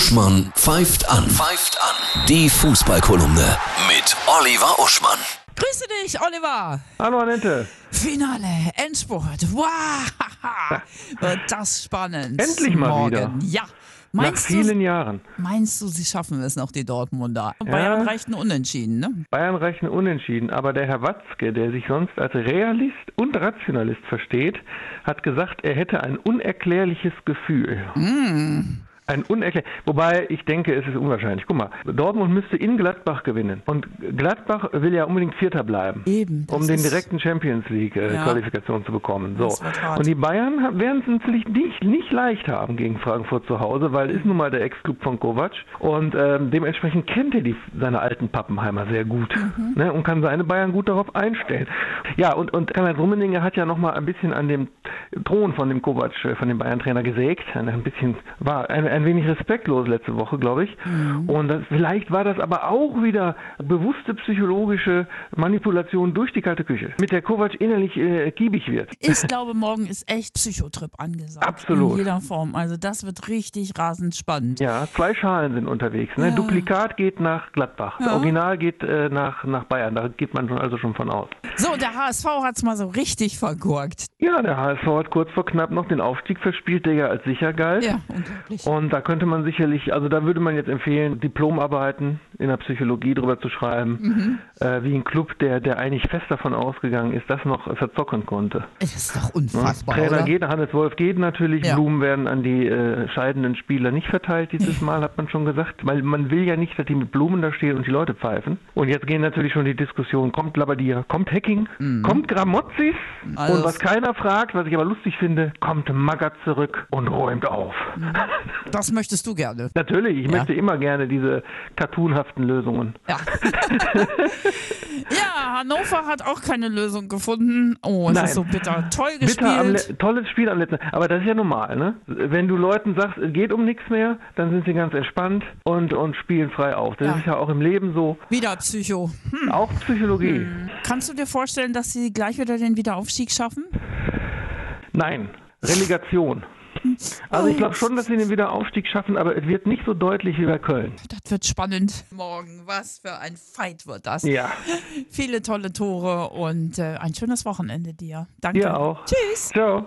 Uschmann pfeift an. Pfeift an. Die Fußballkolumne mit Oliver Uschmann. Grüße dich, Oliver. Hallo Annette. Finale, Endspurt. Wow. Wird das spannend. Endlich mal Morgen. wieder. Ja. Nach Meinst du, vielen Jahren. meinst du, sie schaffen es noch, die Dortmunder? Bayern reicht ein Unentschieden, ne? Bayern rechnen unentschieden, aber der Herr Watzke, der sich sonst als Realist und Rationalist versteht, hat gesagt, er hätte ein unerklärliches Gefühl. Mm. Ein unerklär Wobei ich denke, es ist unwahrscheinlich. Guck mal, Dortmund müsste in Gladbach gewinnen. Und Gladbach will ja unbedingt Vierter bleiben. Eben, das Um den ist- direkten Champions Ja. League-Qualifikation zu bekommen. So. Das wird hart. Und die Bayern werden es natürlich nicht, nicht leicht haben gegen Frankfurt zu Hause, weil ist nun mal der Ex-Club von Kovac. Und ähm, dementsprechend kennt er die, seine alten Pappenheimer sehr gut ne, und kann seine Bayern gut darauf einstellen. Ja, und, und Karl-Heinz Rummenigge hat ja nochmal ein bisschen an dem Thron von dem Kovac, äh, von dem Bayern-Trainer gesägt. Ein- Ein bisschen, war ein, ein wenig respektlos letzte Woche, glaube ich. Und das, vielleicht war das aber auch wieder bewusste psychologische Manipulation durch die kalte Küche, mit der Kovac innerlich äh, giebig wird. Ich glaube, morgen ist echt Psychotrip angesagt. Absolut. In jeder Form. Also, das wird richtig rasend spannend. Ja, zwei Schalen sind unterwegs. Ne? Duplikat geht nach Gladbach. Das Original geht äh, nach, nach Bayern. Da geht man schon also schon von aus. So, der HSV hat es mal so richtig vergurkt. Ja, der HSV hat kurz vor knapp noch den Aufstieg verspielt, der ja als sicher galt. Ja, unglaublich. Und da könnte man sicherlich, also da würde man jetzt empfehlen, Diplomarbeiten in der Psychologie drüber zu schreiben, äh, wie ein Club, der, der eigentlich fest davon ausgegangen ist, das noch verzocken konnte. Das ist doch unfassbar. Trainer oder? geht, Hannes Wolf geht natürlich, Ja. Blumen werden an die äh, scheidenden Spieler nicht verteilt dieses Mal, hat man schon gesagt, weil man will ja nicht, dass die mit Blumen da stehen und die Leute pfeifen. Und jetzt gehen natürlich schon die Diskussionen, kommt Labadia, kommt Hacking, kommt Gramozis Mhm. Also und es- was keiner fragt, was ich aber lustig finde, kommt Magat zurück und räumt auf. Mhm. Das möchtest du gerne. Natürlich, ich möchte immer gerne diese cartoonhaften Lösungen. Ja. ja, Hannover hat auch keine Lösung gefunden. Oh, es Nein. ist so bitter. Toll Bitter, am gespielt. le- tolles Spiel am letzten. Aber das ist ja normal, ne? Wenn du Leuten sagst, es geht um nichts mehr, dann sind sie ganz entspannt und, und spielen frei auf. Das Ja. Hm. ist ja auch im Leben so. Wieder Psycho. Auch Psychologie. Kannst du dir vorstellen, dass sie gleich wieder den Wiederaufstieg schaffen? Nein, Relegation. Also ich glaube schon, dass sie den Wiederaufstieg schaffen, aber es wird nicht so deutlich wie bei Köln. Das wird spannend. Morgen, was für ein Fight wird das. Ja, Viele tolle Tore und äh, ein schönes Wochenende dir. Danke. dir auch. Tschüss. Ciao.